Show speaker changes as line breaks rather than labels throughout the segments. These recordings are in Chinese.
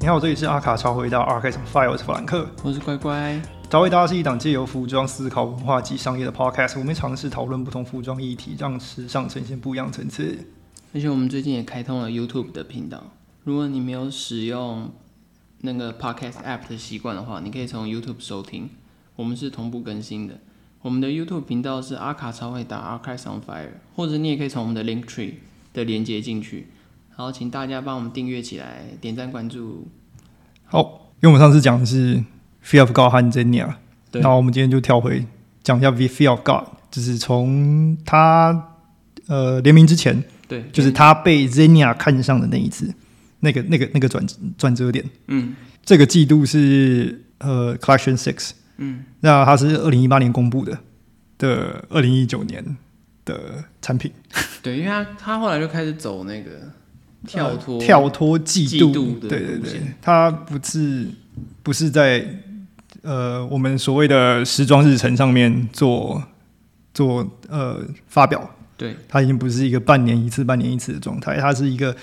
你好，这里是阿卡超回到 a r c h i v e File，我是弗兰克。
我是乖乖。
超回搭是一档借由服装思考文化及商业的 Podcast，我们尝试讨论不同服装议题，让时尚呈现不一样层次。
而且我们最近也开通了 YouTube 的频道，如果你没有使用那个 Podcast App 的习惯的话，你可以从 YouTube 收听。我们是同步更新的。我们的 YouTube 频道是阿卡超会打 Archives on Fire，或者你也可以从我们的 Linktree 的连接进去。然后请大家帮我们订阅起来，点赞关注。
好，因为我们上次讲的是 Fear of God 和 Zenia，
对
然后我们今天就跳回讲一下 V Fear of God，就是从他呃联名之前，
对，
就是他被 Zenia 看上的那一次，那个那个那个转转折点。
嗯
这个季度是呃 Collection Six，
嗯，
那它是二零一八年公布的的二零一九年的产品，
对，因为他他后来就开始走那个跳脱、
呃跳脱季度，
季度的
对对
路
对
线，
它不是不是在呃我们所谓的时装日程上面做做呃发表，
对
它已经不是一个半年一次、半年一次的状态，它是一个，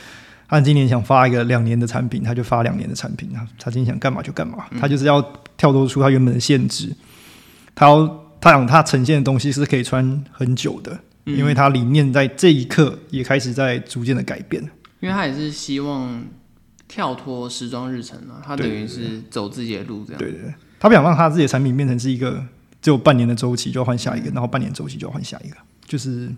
他今年想发一个两年的产品，他就发两年的产品，他他今天想干嘛就干嘛，他就是要跳脱出他原本的限制，他要他想他呈现的东西是可以穿很久的，
嗯
因为他理念在这一刻也开始在逐渐的改变，
因为他也是希望跳脱时装日程啊嘛，他等于是走自己的路这样。
对对对，他不想让他自己的产品变成是一个只有半年的周期就要换下一个，然后半年周期就要换下一个，就是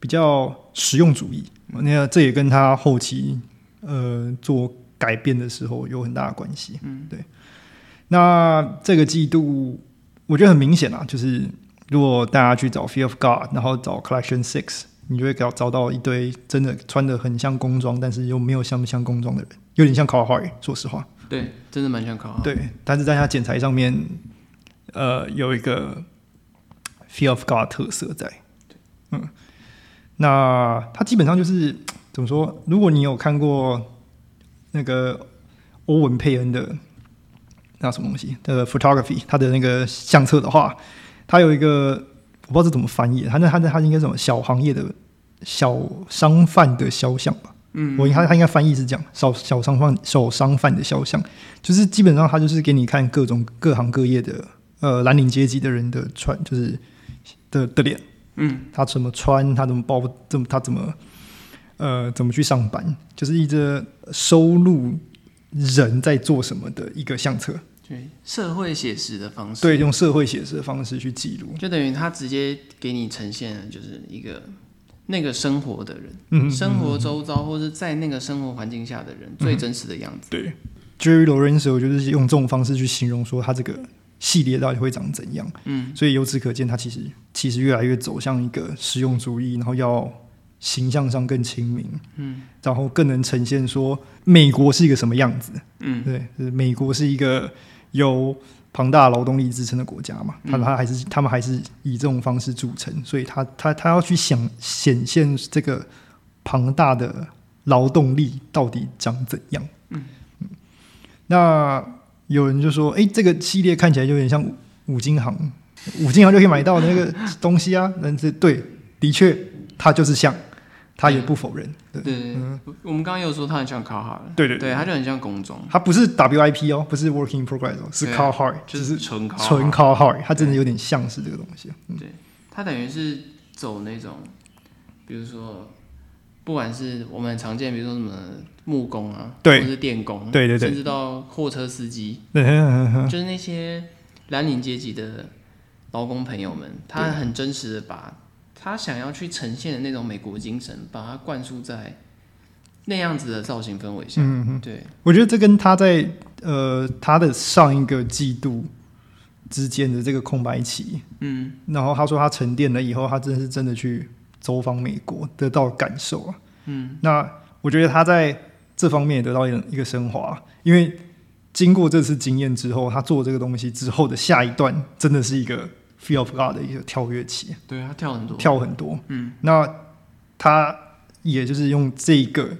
比较实用主义。那这也跟他后期呃做改变的时候有很大的关系。嗯，对。那这个季度我觉得很明显啊，就是如果大家去找 Fear of God，然后找 Collection Six。你就会找找到一堆真的穿的很像工装，但是又没有像不像工装的人，有点像 c o h a r 说实话，
对，真的蛮想考。啊
对，但是在它剪裁上面，呃，有一个 Fear of God 特色在。嗯，那它基本上就是怎么说？如果你有看过那个欧文佩恩的那什么东西的 photography，他的那个相册的话，它有一个我不知道这怎么翻译，它那它那它应该是什么小行业的小商贩的肖像吧？
嗯，
我他他应该翻译是这样，小小商贩小商贩的肖像，就是基本上他就是给你看各种各行各业的呃蓝领阶级的人的穿，就是的的脸，
嗯，
他怎么穿，他怎么包，怎么他怎么呃怎么去上班，就是一个收入人在做什么的一个相册，
对，社会写实的方式。
对，用社会写实的方式去记录，
就等于他直接给你呈现了，就是一个那个生活的人，
嗯，嗯
生活周遭或是在那个生活环境下的人、最真实的样子。
对，Jerry Lorenzo 就是用这种方式去形容说他这个系列到底会长怎样。
嗯，
所以由此可见，他其实其实越来越走向一个实用主义，然后要形象上更亲民，嗯，然后更能呈现说美国是一个什么样子。
嗯，
对，就是美国是一个由庞大劳动力支撑的国家嘛，
嗯
他他还是他们还是以这种方式组成，所以他他他要去想显现这个庞大的劳动力到底长怎样。嗯那有人就说，哎、这个系列看起来有点像五五金行，五金行就可以买到的那个东西啊。 但是对，的确，它就是像，他也不否认。对，
对对对，我们刚刚有说他很像卡哈了，
对对
对，他就很像工装，
它不是 WIP 哦，不是 Working Progress 哦，是
对
c
啊
a r h a r t
就是纯卡哈。
纯 call hard，它真的有点像是这个东西。
他等于是走那种，比如说，不管是我们很常见，比如说什么木工啊，
对
或是电工，
对对对嗯
甚至到货车司机，就是那些蓝领阶级的劳工朋友们，他很真实的把他想要去呈现的那种美国精神，把它灌输在那样子的造型氛围下。
嗯嗯，
对，
我觉得这跟他在呃他的上一个季度之间的这个空白期，
嗯，
然后他说他沉淀了以后，他真的是真的去走访美国，得到感受啊。嗯，那我觉得他在这方面也得到一个一个升华，因为经过这次经验之后，他做这个东西之后的下一段，真的是一个 feel of God 的一个跳跃期。
对他跳很多，
跳很多，
嗯，
那他也就是用这个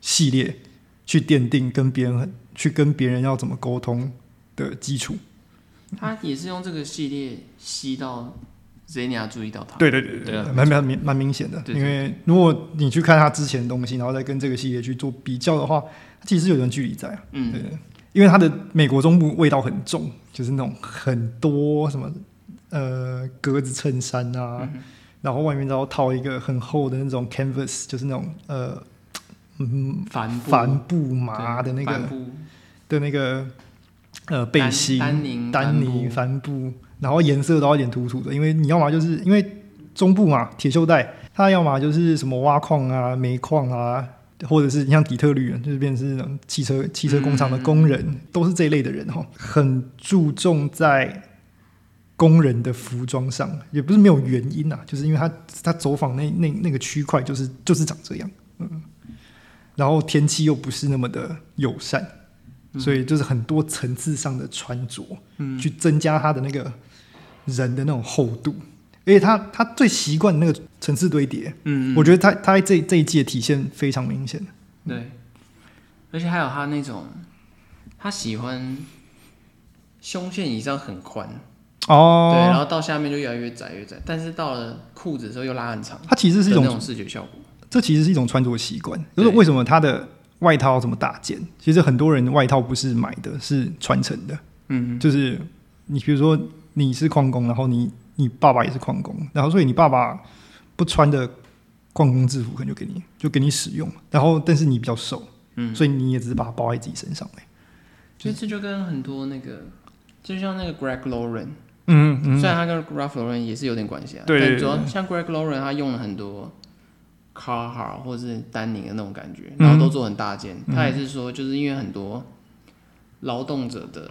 系列去奠定跟别人去跟别人要怎么沟通的基础，
他也是用这个系列吸到 Zenia 注意到它。
对对对
对啊
蛮蛮明蛮明显的。
对对
因为如果你去看他之前的东西，然后再跟这个系列去做比较的话，它其实有一段距离在啊。
嗯，
对，因为它的美国中部味道很重，就是那种很多什么呃格子衬衫啊，
嗯
然后外面然后套一个很厚的那种 canvas，就是那种呃嗯
帆布
帆布麻的
对
那
帆
个
布
的那个呃背
丹
心、
丹宁
丹
尼
尼帆布，然后颜色都要有点突突的，因为你要么就是因为中部嘛，铁锈带，它要么就是什么挖矿啊、煤矿啊，或者是你像底特律人，就是变成是那种汽车汽车工厂的工人，都是这一类的人哈，很注重在。工人的服装上也不是没有原因啊，就是因为他他走访那那那个区块就是就是长这样，嗯，然后天气又不是那么的友善，所以就是很多层次上的穿着，
嗯，
去增加他的那个人的那种厚度。而且他他最习惯的那个层次堆叠，
嗯，嗯
我觉得他他在这这一季的体现非常明显。
对，而且还有他那种，他喜欢胸线以上很宽，对，啊然
哦，
后到下面就越来越窄越窄，但是到了裤子的时候又拉很长，
他其实是一
的
种
那种视觉效果。
这其实是一种穿着习惯，
对
就是为什么他的外套这么大件？其实很多人外套不是买的，是传承的。
嗯，
就是你比如说你是矿工，然后你你爸爸也是矿工，然后所以你爸爸不穿的矿工制服可能就给你就给你使用，然后但是你比较瘦，
嗯
所以你也只是把它包在自己身上而已
所以这就跟很多那个，就像那个 Greg Lauren，、
嗯
虽然他跟 Ralph Lauren 也是有点关系啊，
对
但
对
主要
对
像 Greg Lauren 他用了很多 Carhartt 或是丹宁的那种感觉，
嗯
然后都做很大件。他也是说，就是因为很多劳动者的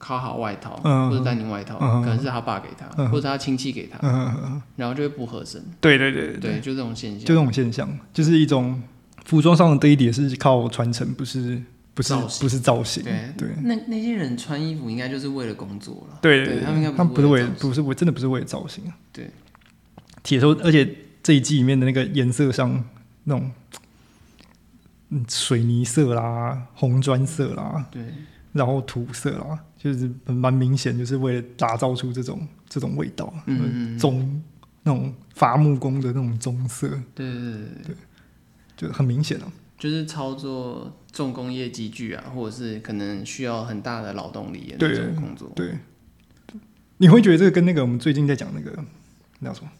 Carhartt 外套、
嗯
或者丹宁外套，
嗯
可能是他爸给他，
嗯
或者他亲戚给他，
嗯，
然后就会不合身。
对对对对，
对，就这种现
就这
象。
种现象，就是一种服装上的堆叠是靠传承，不是不是
造型
不是造型，
对
对
那那些人穿衣服应该就是为了工作了，
对
对
对，
他们应该不是
他们不是
为
为
了
了
造型
不是为真的不是为了造型啊。
对，
铁锈，而且这一季里面的那个颜色上那种，嗯，水泥色啦、红砖色啦，
对，
然后土色啦，就是蛮明显，就是为了打造出这种这种味道，
嗯嗯
棕那种伐木工的那种棕色，
对对对对对。
就很明显了、啊
就是操作重工业机具啊，或者是可能需要很大的劳动力的那
对
种工作。
对，你会觉得这个跟那个我们最近在讲那个那叫什么？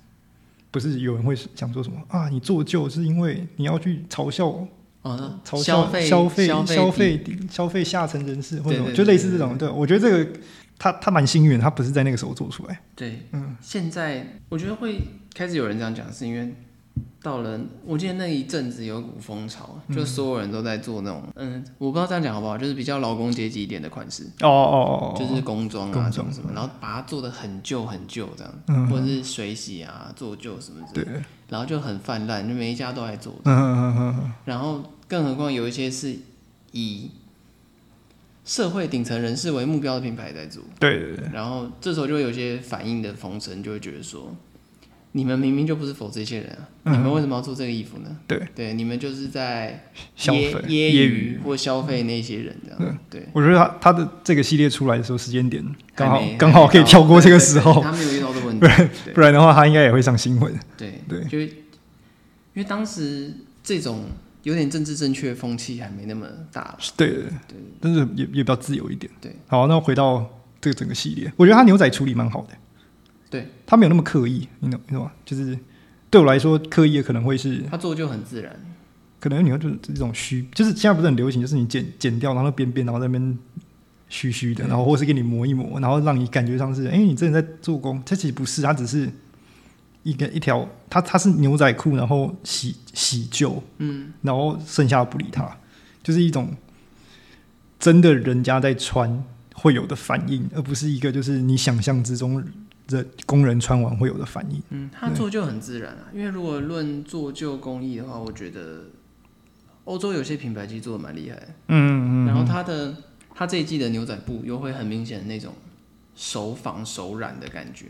不是有人会想说什么啊？你做旧是因为你要去嘲笑
哦，那
嘲笑
消费
消费
消
消
费
费消费下层人士或者什么
对对
就
对
类似这种。对，我觉得这个他他蛮幸运，他不是在那个时候做出来。
对，
嗯
现在我觉得会开始有人这样讲，是因为到了我记得那一阵子有一股风潮，
嗯
就所有人都在做那种，嗯，我不知道这样讲好不好，就是比较劳工阶级一点的款式，
哦哦
就是工装啊
工装
什么什么，然后把它做的很旧很旧这样，
嗯
或者是水洗啊、做旧什么之
对，
类的，
嗯
然后就很泛滥，就每一家都在做。
嗯嗯
然后更何况有一些是以社会顶层人士为目标的品牌在做，
嗯，对对对，
然后这时候就会有一些反应的风声，就会觉得说，你们明明就不是否这些人啊，
嗯
你们为什么要做这个衣服呢？
对
对，你们就是在
消费揶
揶揶
揄。嗯
揄或消费那些人这样，对，
我觉得他他的这个系列出来的时候，时间点刚
还
好
没
刚好可以跳过这个时
对
候，
他没有遇到这个问
不
题，
然
对
不然的话，他应该也会上新闻。
对
对
就是因为当时这种有点政治正确的风气还没那么大，
对对对，但是也也比较自由一点。
对，
好，那回到这个整个系列，我觉得他牛仔处理蛮好的。
对，
他没有那么刻意，你懂你懂吗？就是对我来说，刻意的可能会是，
他做就很自然，
可能你会就是这种虚，就是现在不是很流行，就是你剪剪掉，然后那边边，然后在那边虚虚的，
对
然后或是给你磨一磨，然后让你感觉上是，哎、你真的在做工。这其实不是，它只是一个一条，它它是牛仔裤，然后洗洗旧，
嗯。
然后剩下的不理他，就是一种真的人家在穿会有的反应，而不是一个就是你想象之中人工人穿完会有的反应。
嗯，他做就很自然啊。因为如果论做旧工艺的话，我觉得欧洲有些品牌其实做的蛮厉害的。
嗯
然后它的它这一季的牛仔布又会很明显的那种手纺手染的感觉，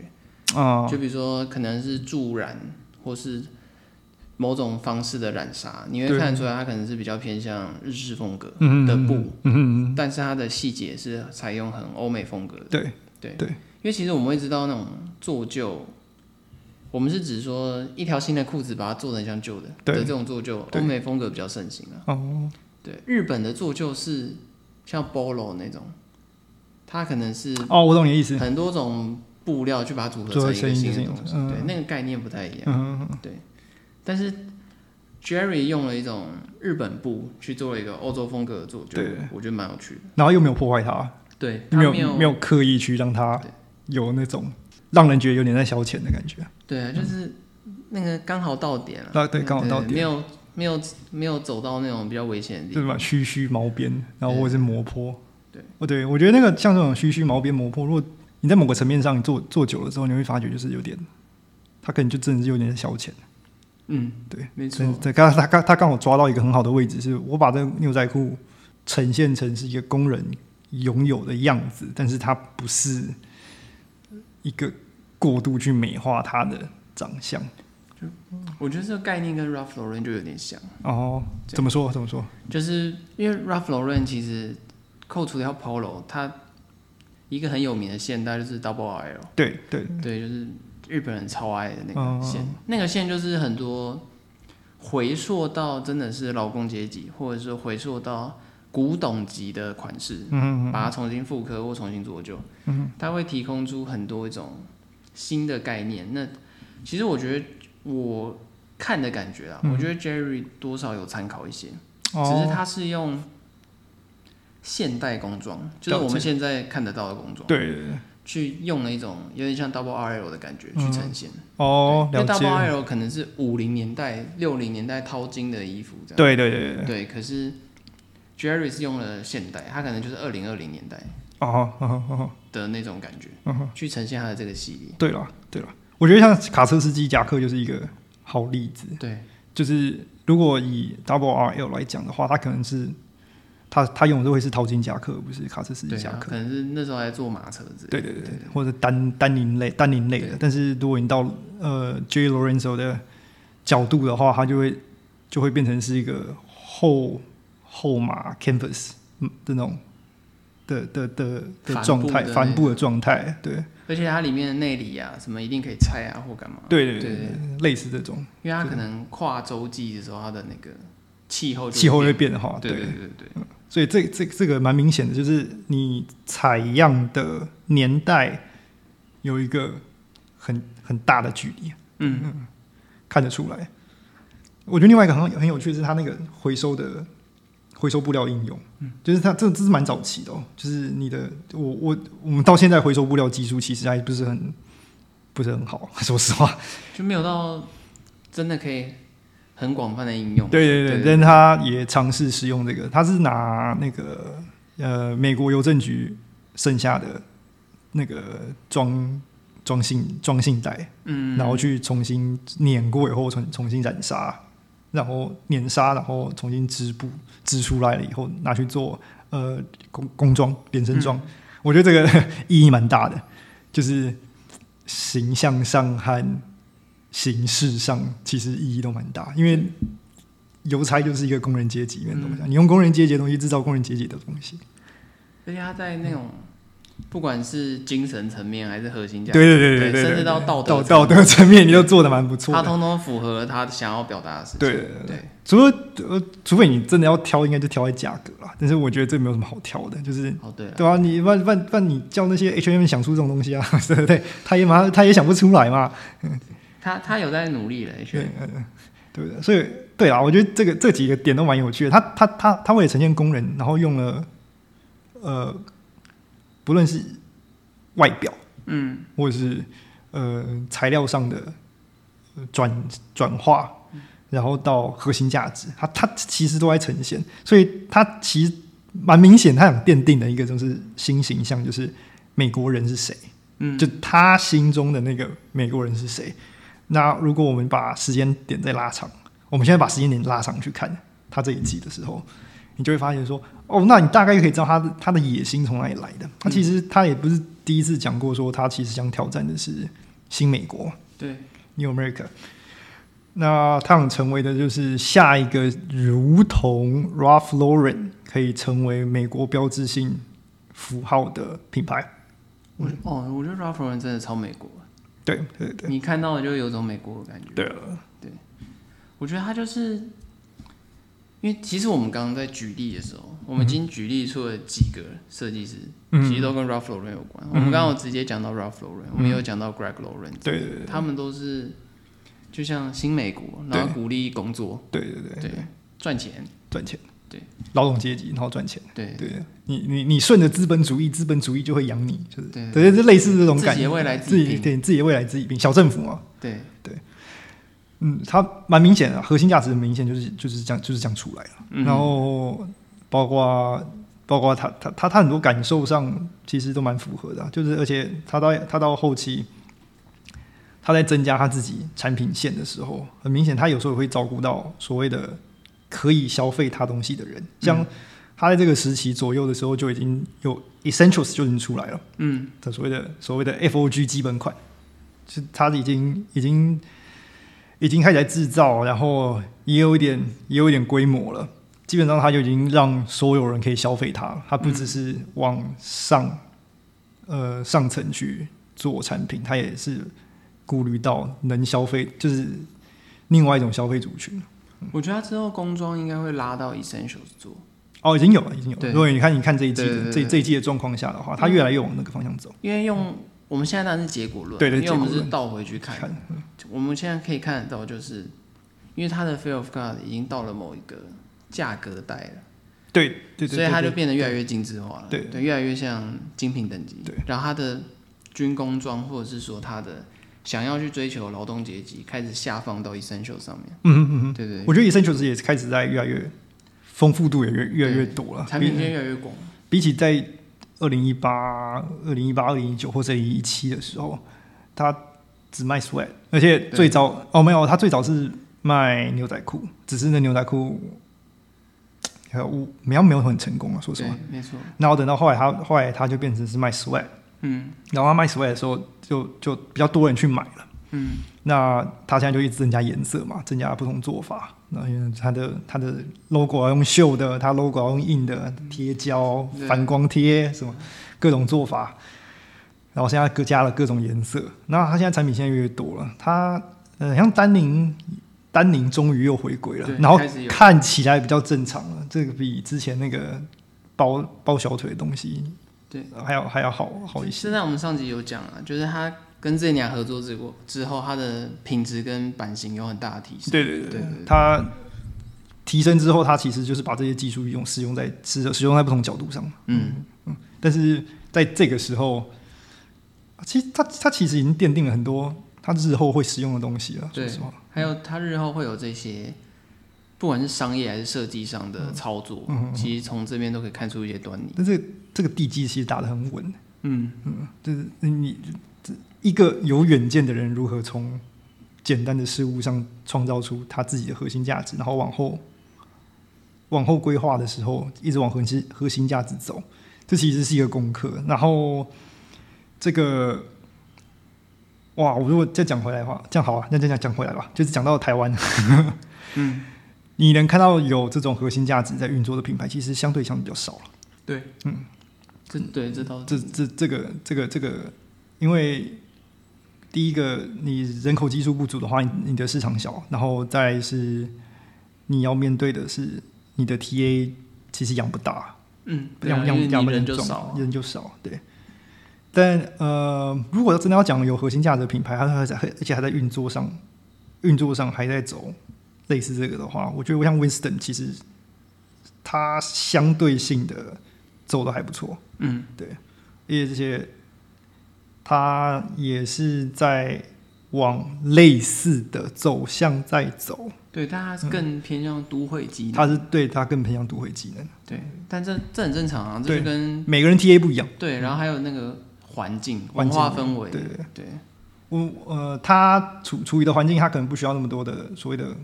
啊，
就比如说可能是助染或是某种方式的染纱，你会
对
看得出来它可能是比较偏向日式风格
嗯
的
嗯
布，
嗯嗯，
但是它的细节是采用很欧美风格的。
对
对
对
因为其实我们会知道那种做旧我们是指说一条新的裤子把它做成像旧的
对
的这种做旧，
对
欧美风格比较盛行啊。
哦，
对，日本的做旧是像 polo 那种，它可能是
哦，我懂你的意思。
很多种布料去把它组合成一个新的东西，
嗯
对，那个概念不太一样。对，但是 Jerry 用了一种日本布去做了一个欧洲风格的做旧
对，
我觉得蛮有趣的。
然后又没有破坏它，
对，他
没有
有
没有刻意去让它
对
有那种让人觉得有点在消遣的感觉。
对啊，就是那个刚好到点了、
啊对刚好到点
没有没有没有走到那种比较危险的
就
地方。
是嘛，须须毛边，然后
对
或者是磨坡。
对，
哦，对，我觉得那个像这种须须毛边磨坡，如果你在某个层面上做做久了之后，你会发觉就是有点，它可能就真的是有点消遣。
嗯，
对，
没错
真，对，刚他刚他刚好抓到一个很好的位置，是我把这个牛仔裤呈现成是一个工人拥有的样子，但是它不是一个过度去美化它的长相。
我觉得这个概念跟 Ralph Lauren 就有点像，
哦，
对
怎么说？怎么说？
就是因为 Ralph Lauren 其实扣除掉 Polo，它一个很有名的线，它就是 Double R，
对对，
对，就是日本人超爱的那
嗯
个线，那个线就是很多回溯到真的是劳工阶级，或者是回溯到古董级的款式，
嗯，
把它重新复刻或重新做旧，嗯，它会提供出很多一种新的概念。那其实我觉得我看的感觉啊，我觉得 Jerry 多少有参考一些，只是
哦，
他是用现代工装，就是
了解
我们现在看得到的工装，
对对对，
去用了一种有点像 Double RL 的感觉去呈现。
嗯哦，
对
了
因为
解
Double，RL 可能是五零年代、六零年代淘金的衣服这样。
对对对对，
对，可是 Jerry 是用了现代，他可能就是二零二零年代。
哦哦哦哦，
的那种感觉，
嗯
去呈现他的这个系列。
对了对了，我觉得像卡车司机夹克就是一个好例子。
对，
就是如果以 Double R L 来讲的话，它可能是它它用的都会是淘金夹克，不是卡车司机
对
夹
啊，
克。
可能是那时候还坐马车之类的。
对对对对，或者单单宁类单宁类的
对。
但是如果你到呃 J Lorenzo 的角度的话，它就会就会变成是一个后后马 canvas 嗯的那种的的的的
帆
状
布
态，
的
帆
那
布的状态，对
而且它里面的内里啊，什么一定可以拆啊，或干嘛？
对对
对
对
对
对，类似这种
因为它可能跨洲际的时候，它的那个气候就
气候会
变
变化，
对对对对对
所以这这这个蛮明显的，就是你采样的年代有一个很很大的距离，啊
嗯，
看得出来。我觉得另外一个很很有趣的是它那个回收的回收布料应用，就是它这这是蛮早期的哦，就是你的我我我们到现在回收布料技术其实还不是很不是很好， 说实话，
就没有到真的可以很广泛的应用。
对对对，
对对
但他也尝试使用这个，他是拿那个呃美国邮政局剩下的那个装装信装信袋，
嗯，
然后去重新碾过以后重重新染纱，然后碾纱，然后重新织布织出来了以后拿去做呃工工装连身装，
嗯
我觉得这个意义蛮大的，就是形象上和形式上其实意义都蛮大，因为邮差就是一个工人阶级里面的东西啊，
嗯
你用工人阶级的东西制造工人阶级的东西，
而且它在那种不管是精神层面还是核心价
对对
值，
对对
对
对，
甚至
对
到道
到
德
道德层面，你都做的蛮不错
它
的，
通通符合了他想要表达的事情。
对对对
对，
除了呃，除非你真的要挑，应该就挑在价格啦。但是我觉得这没有什么好挑的，就是
哦对了，
对啊，你万万万你叫那些 H M 想出这种东西啊， 对不对？他也马他也想不出来嘛，
他他有在努力了，
对
确实，
对不对？所以对啦，我觉得这个这几个点都蛮有趣的。他他他他为了呈现工人，然后用了呃，不论是外表
嗯，
或者是呃材料上的呃转转化，然后到核心价值，它它其实都在呈现，所以它其实蛮明显，它想奠定的一个就是新形象，就是美国人是谁，
嗯
就他心中的那个美国人是谁。那如果我们把时间点再拉长，我们现在把时间点拉长去看他这一季的时候，你就会发现说，哦，那你大概就可以知道他的他的野心从哪里来的。他其实他也不是第一次讲过说，他其实想挑战的是新美国嘛
对，
，New America。那他想成为的就是下一个，如同 Ralph Lauren 可以成为美国标志性符号的品牌。
我哦，我觉得 Ralph Lauren 真的超美国，
对对对
你看到的就有种美国的感觉。
对了，
我觉得它就是，因为其实我们刚刚在举例的时候，我们已经举例出了几个设计师，其实
嗯，
都跟 Ralph Lauren 有关。我们刚刚有直接讲到 Ralph Lauren，、我们也有讲到 Greg Lauren，
对对
他们都是就像新美国，然后鼓励工作，
对对对，
对，赚钱，
赚钱，
对，
劳动阶级，然后赚钱，
对，
对你你你顺着资本主义，资本主义就会养你，就是
对
对，就类似这种
自
感
己
觉
的，未来自
自
己
己
拼，
对自己的未来自己拼，小政府嘛，
对，
嗯，它蛮明显的，核心价值很明显就是就是这样就是这样出来了。
嗯
然后包括包括他他他他很多感受上其实都蛮符合的啊、就是而且他到他到后期，他在增加他自己产品线的时候，很明显他有时候也会照顾到所谓的可以消费他东西的
嗯
人，像他在这个时期左右的时候就已经有 essentials 就已经出来了。
嗯，
的所谓的所谓的 FOG 基本款，就是它已经已经已经开始在制造，然后也有一点也有一点规模了。基本上它就已经让所有人可以消费它了，它不只是往上、呃上层去做产品，它也是顾虑到能消费，就是另外一种消费族群。
我觉得他之后工装应该会拉到 essentials 做，
哦，已经有了，已经有了。
对
如果你看你看这一季的
对对对
这
对
这一季的状况下的话，它越来越往那个方向走。
因为用我们现在当然是结果论，
嗯对对
因为我们
结果
是
论
倒回去看，
看
我们现在可以看得到，就是因为它的 fair of god 已经到了某一个价格带了，
对对对，
所以它
对
就变得越来越精致化了，
对
对，越来越像精品等级，
对，
然后它的军工装或者是说它的想要去追求劳动阶级，开始下放到 essential 上面，
嗯嗯嗯嗯。
对对
我觉得 essentials 也是开始在越来越丰富度也越越来越多了
对，，产
比
品线越来越广，
比起在二零一八、二零一八、二零一九或者一七的时候，它只卖 sweat，而且最早哦没有，它最早是卖牛仔裤，只是那牛仔裤呃我没有没有很成功啊，说实
对
话。，
没错，
然后等到后来它后来它就变成是卖 sweat，
嗯
然后它卖 sweat 的时候就就比较多人去买了。
嗯，
那它现在就一直增加颜色嘛，增加不同做法。那因为它的它的 logo 要用绣的，它 logo 要用印的，贴胶
对、
反光贴什么各种做法。然后现在各加了各种颜色。那它现在产品现在越来越多了，它呃像丹宁，丹宁终于又回归了
对，
然后
开始有
看起来比较正常了。这个比之前那个包包小腿的东西
对。
呃还要还要好好一些。
现在我们上集有讲啊，就是他跟这俩合作之后，之后它的品质跟版型有很大的提升。
对对
对
对
对，
它提升之后，它其实就是把这些技术用使用在使使用在不同角度上。
嗯，
但是在这个时候，其实它它其实已经奠定了很多它日后会使用的东西了。说
对
实话，
还有它日后会有这些，不管是商业还是设计上
嗯
的操作，其实从这边都可以看出一些端倪。
但是这个地基其实打得很稳，
嗯，
就是你这一个有远见的人如何从简单的事物上创造出他自己的核心价值，然后往后往后规划的时候，一直往核心核心价值走，这其实是一个功课。然后这个。哇，我如果再讲回来的话，这样好啊，那这样讲回来吧，就是讲到台湾，
嗯，
你能看到有这种核心价值在运作的品牌，其实相对相对比较少了。
对，嗯，这对这倒
这
是
这这个这个这个，因为第一个你人口基数不足的话，你你的市场小，然后再来是你要面对的是你的 TA 其实养不大，
嗯，对啊
养
因为
养养
你
不
人
人
就少啊，
人就少，对。但呃，如果真的要讲有核心价值的品牌，它还在而且还在运作上，运作上还在走类似这个的话，我觉得像 Winston 其实它相对性的走的还不错，
嗯，
而且它也是在往类似的走向在走，
对，但它是更偏向都会机能。
嗯它是对它更偏向都会技能，
对，但这这很正常啊，这
对嗯
就跟
每个人 TA 不一样。
对，然后还有那个环境、
环
文
境
化氛围，
对
对，
我呃，他处处于的环境，他可能不需要那么多的所谓的、呃、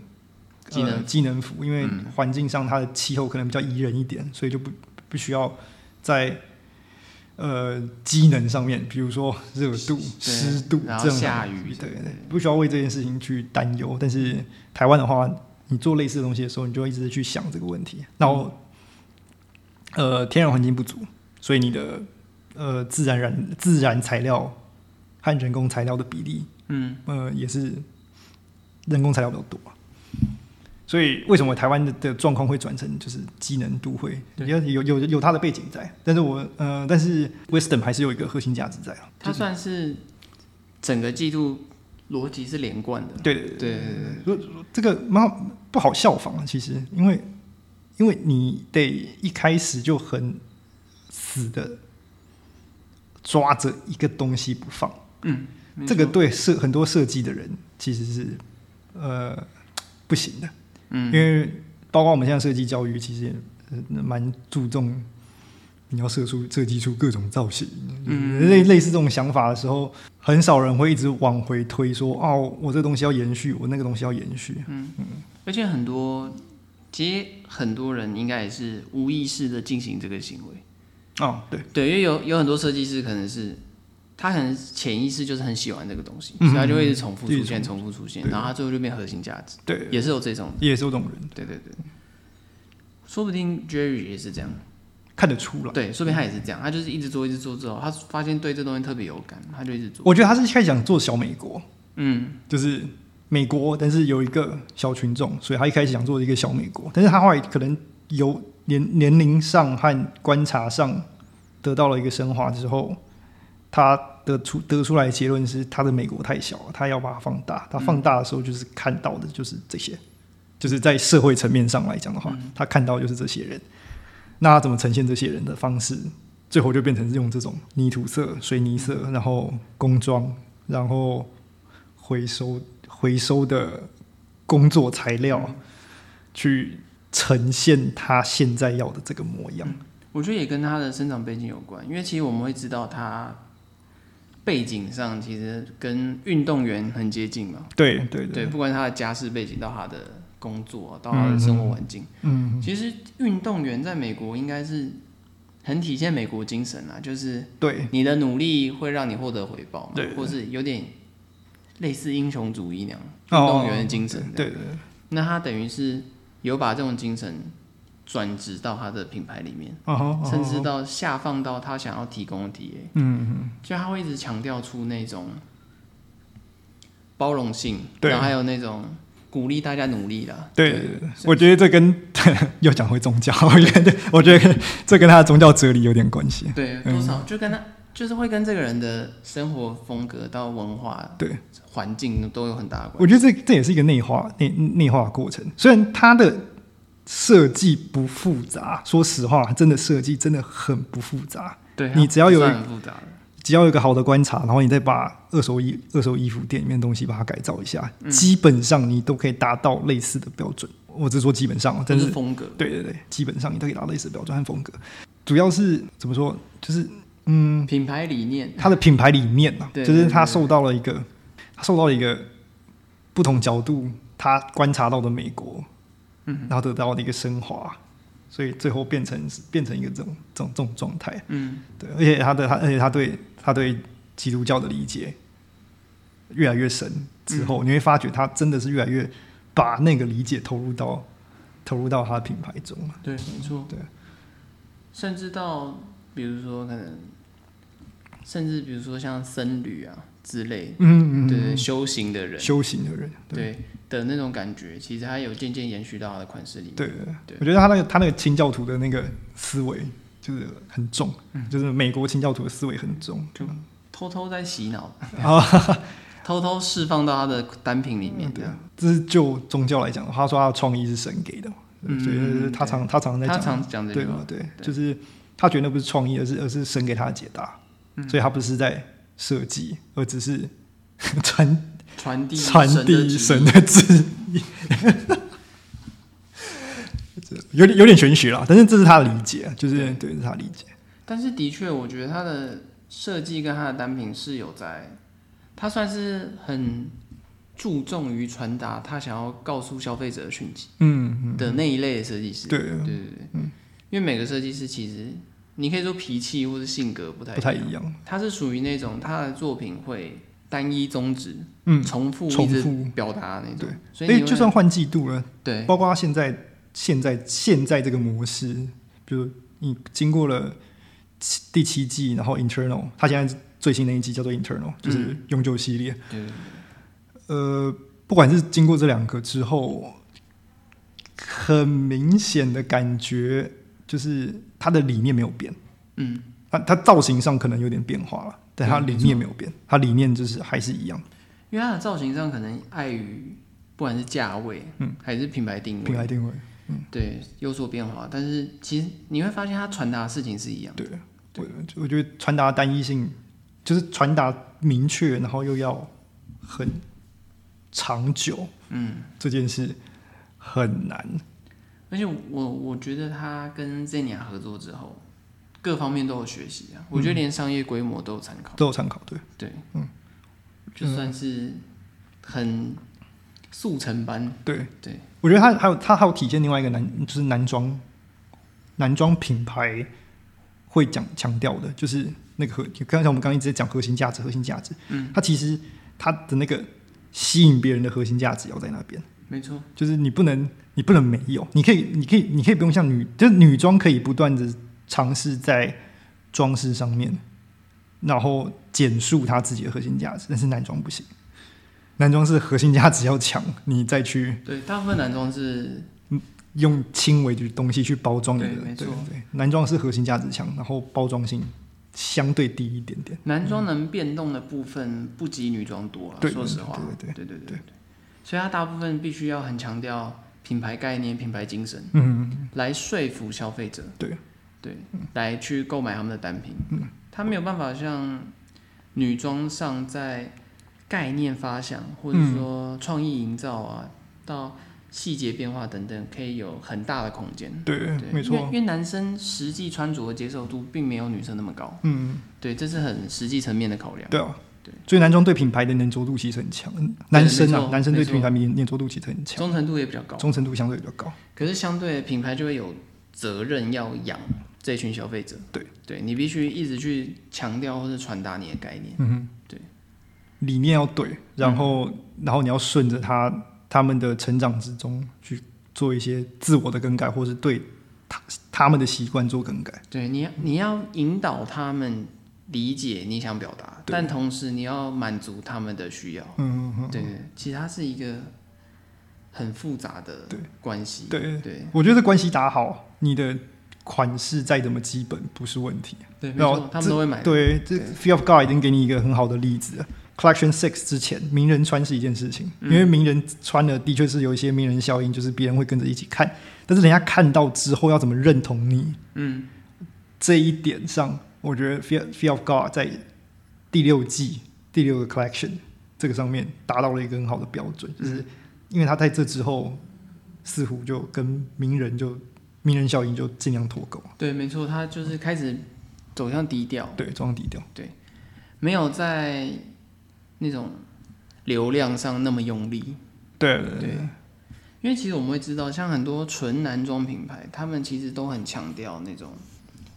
机能嗯
机能服，因为环境上它的气候可能比较宜人一点，所以就不不需要在呃机能上面，比如说热度、
对
湿度
然后
这样
下雨
对
什么的
对，不需要为这件事情去担忧。但是台湾的话，你做类似的东西的时候，你就会一直去想这个问题，然后、呃天然环境不足，所以你的呃自然然自然材料。和人工材料的比例，
嗯，
呃，也是人工材料比较多啊、所以为什么台湾的的状况会转成就是机能都会，
对
有有有有它的背景在，但是我呃，但是 Western 还是有一个核心价值在啊。
它算是整个季度逻辑是连贯的。
对对
对对对对，
这个蛮好不好效仿啊，其实，因为因为你得一开始就很死的抓着一个东西不放，
没
这个
错
对设很多设计的人其实是呃不行的，
嗯，
因为包括我们现在设计教育，其实也呃蛮注重你要设出设计出各种造型，
嗯
类类似这种想法的时候，很少人会一直往回推说哦，我这个东西要延续，我那个东西要延续，
嗯而且很多，其实很多人应该也是无意识的进行这个行为。
哦，对，
对，因为有有很多设计师可能是他可能潜意识就是很喜欢这个东西，所以他就会一直重复出现、重复出现，
对
然后他最后就变核心价值，
对，
也是有这种。
也是有这种人
对对对，说不定 Jerry 也是这样，
看得出来。
对，说不定他也是这样，他就是一直做一直做之后，他发现对这东西特别有感，他就一直做。
我觉得他是一开始想做小美国，
嗯，
就是美国，但是有一个小群众，所以他一开始想做一个小美国，但是他后来可能有年年龄上和观察上得到了一个升华之后，他得出得出来的结论是他的美国太小了，他要把它放大。他放大的时候，就是看到的就是这些，就是在社会层面上来讲的话，他看到的就是这些人。那他怎么呈现这些人的方式？最后就变成是用这种泥土色、水泥色，然后工装，然后回收回收的工作材料，去呈现他现在要的这个模样。
我觉得也跟他的生长背景有关，因为其实我们会知道他背景上其实跟运动员很接近嘛。
对对
对，
对，
不管他的家世背景到他的工作，到他的生活环境，
嗯，
其实运动员在美国应该是很体现美国精神啊，就是
对
你的努力会让你获得回报嘛，
对
或是有点类似英雄主义那样，
哦
运动员的精神这样。
对对
那他等于是有把这种精神转职到他的品牌里面，
哦吼，
甚至到下放到他想要提供的 TA。
嗯，
就他会一直强调出那种包容性，
对
然后还有那种鼓励大家努力啦。
对对对，我觉得这跟 又讲回宗教，我觉得我觉得跟这跟他的宗教哲理有点关系。
对，多少就跟他就是会跟这个人的生活风格到文化
对
环境都有很大的关系。
我觉得这这也是一个内化内内化的过程，虽然它的设计不复杂，说实话，真的设计真的很不复杂。
对，
你只要有
不算很复杂的，
只要有一个好的观察，然后你再把二手衣二手衣服店里面的东西把它改造一下，
嗯
基本上你都可以达到类似的标准。我只说基本上，啊但
就是是风格。
对对对，基本上你都可以达到类似的标准和风格。主要是怎么说，就是嗯
品牌理念，
它的品牌理念啊，
对
就是
对
它
对
受到了一个，它受到了一个不同角度，它观察到的美国，嗯，然后得到了一个升华，所以最后变成是变成一个这种这种这种状态。
嗯，
对，而且他的他，而且他对他对基督教的理解越来越深之后，
嗯
你会发觉他真的是越来越把那个理解投入到投入到他的品牌中了。
对，没错，
对，
甚至到比如说可能，甚至比如说像僧侣啊之类，
嗯
对对，修行的人，
修行的人，对
对的那种感觉，其实它有渐渐延续到它的款式里面。
对
对
我觉得他那个他那个清教徒的那个思维就是很重，
嗯
就是美国清教徒的思维很重。
就偷偷在洗脑，
哦
偷偷释放到它的单品里面。
对
这样，，
这是就宗教来讲的话，他说他的创意是神给的嘛，
嗯
所以他常他常在
他
讲
常讲这
对
句
嘛
话，？
对，
对
就是他觉得那不是创意，而是而是神给他的解答，
嗯
所以他不是在设计，而只是传
传递
传
神的旨
递
意
神的旨意。 这有点有点玄学啦，但是这是他的理解，啊就是对，这是他的理解。
但是的确，我觉得它的设计跟它的单品是有在，它算是很注重于传达它想要告诉消费者的讯息
嗯，
的那一类的设计师。
对，嗯
对对对，因为每个设计师其实你可以说脾气或是性格不太
不太一样。
他是属于那种他的作品会单一宗旨，
嗯，
重复
重
一
复
直表达那种
对，所
所以你
以
会
就算换季度了，
对
包括他现在现在现在这个模式，比如你经过了七第七季，然后 internal，他现在最新的一集叫做 Internal，就是永久系列。
嗯对对
呃，不管是经过这两个之后，很明显的感觉就是它的理念没有变。
嗯，
它它造型上可能有点变化了，但它
对
理念没有变，它理念就是还是一样，
因为它的造型上可能碍于不管是价位，嗯，还是品牌定位，
品牌定位。
对有所变化，但是其实你会发现它传达的事情是一样的。
对，我我觉得传达单一性就是传达明确，然后又要很长久，嗯，这件事很难。
而且我我觉得他跟 Zenia 合作之后，各方面都有学习啊。
嗯
我觉得连商业规模都有参考，
都有参考，对，
对，嗯，就算是很速成班，
对
对，
我觉得它还有它还有体现另外一个男，就是男装，男装品牌会讲强调的，就是那个核，刚才我们刚刚一直在讲核心价值，核心价值，嗯，它其实它的那个吸引别人的核心价值要在那边，
没错，
就是你不能你不能没有，你可以你可以你可以不用像女，就是女装可以不断的尝试在装饰上面，然后减述它自己的核心价值，但是男装不行。男装是核心价值要强，你再去
对，大部分男装是
用轻微的东西去包装你的，
对没错
对，男装是核心价值强，然后包装性相对低一点点，
男装能变动的部分不及女装多了，
对
说实话，
对
对对对所以他大部分必须要很强调品牌概念、品牌精神，
嗯，
来说服消费者，
对
对，来去购买他们的单品。嗯，他没有办法像女装上在概念发想，或者
嗯
说创意营造啊，到细节变化等等，可以有很大的空间。
对，
对，
嗯没
因为
错
因，为男生实际穿着的接受度并没有女生那么高，
嗯，
对，这是很实际层面的考量。
对啊
对，
所以男装对品牌的粘着度其实很强，男生
没
啊
错，
男生对
没错
品牌的粘着度其实很强，
忠诚度也比较高。
忠诚度相对比较高，
可是相对品牌就会有责任要养这群消费者，
对，
对你必须一直去强调或者传达你的概念，
嗯理念要对，然后然后你要顺着他他们的成长之中去做一些自我的更改，或是对他他们的习惯做更改。
对，你要你要引导他们理解你想表达，
对
但同时你要满足他们的需要，
嗯
嗯对，其实它是一个很复杂的
对
关系，
对
对
我觉得关系打好，你的款式再怎么基本不是问题。
对，没
然后
错，他
这
们都会买，
对，这
对
Fear of God 已经给你一个很好的例子了。Collection Six 之前，名人穿是一件事情，因为名人穿了的确是有一些名人效应，就是别人会跟着一起看。但是人家看到之后要怎么认同你
嗯，
这一点上，我觉得 Fear Fear of God 在第六季第六个 Collection 这个上面达到了一个很好的标准，
嗯
就是因为他在这之后似乎就跟名人就名人效应就尽量脱钩，
对，没错，他就是开始走向低调，
对，装低调，
没有在那种流量上那么用力，
对对
对因为其实我们会知道，像很多纯男装品牌，他们其实都很强调那种，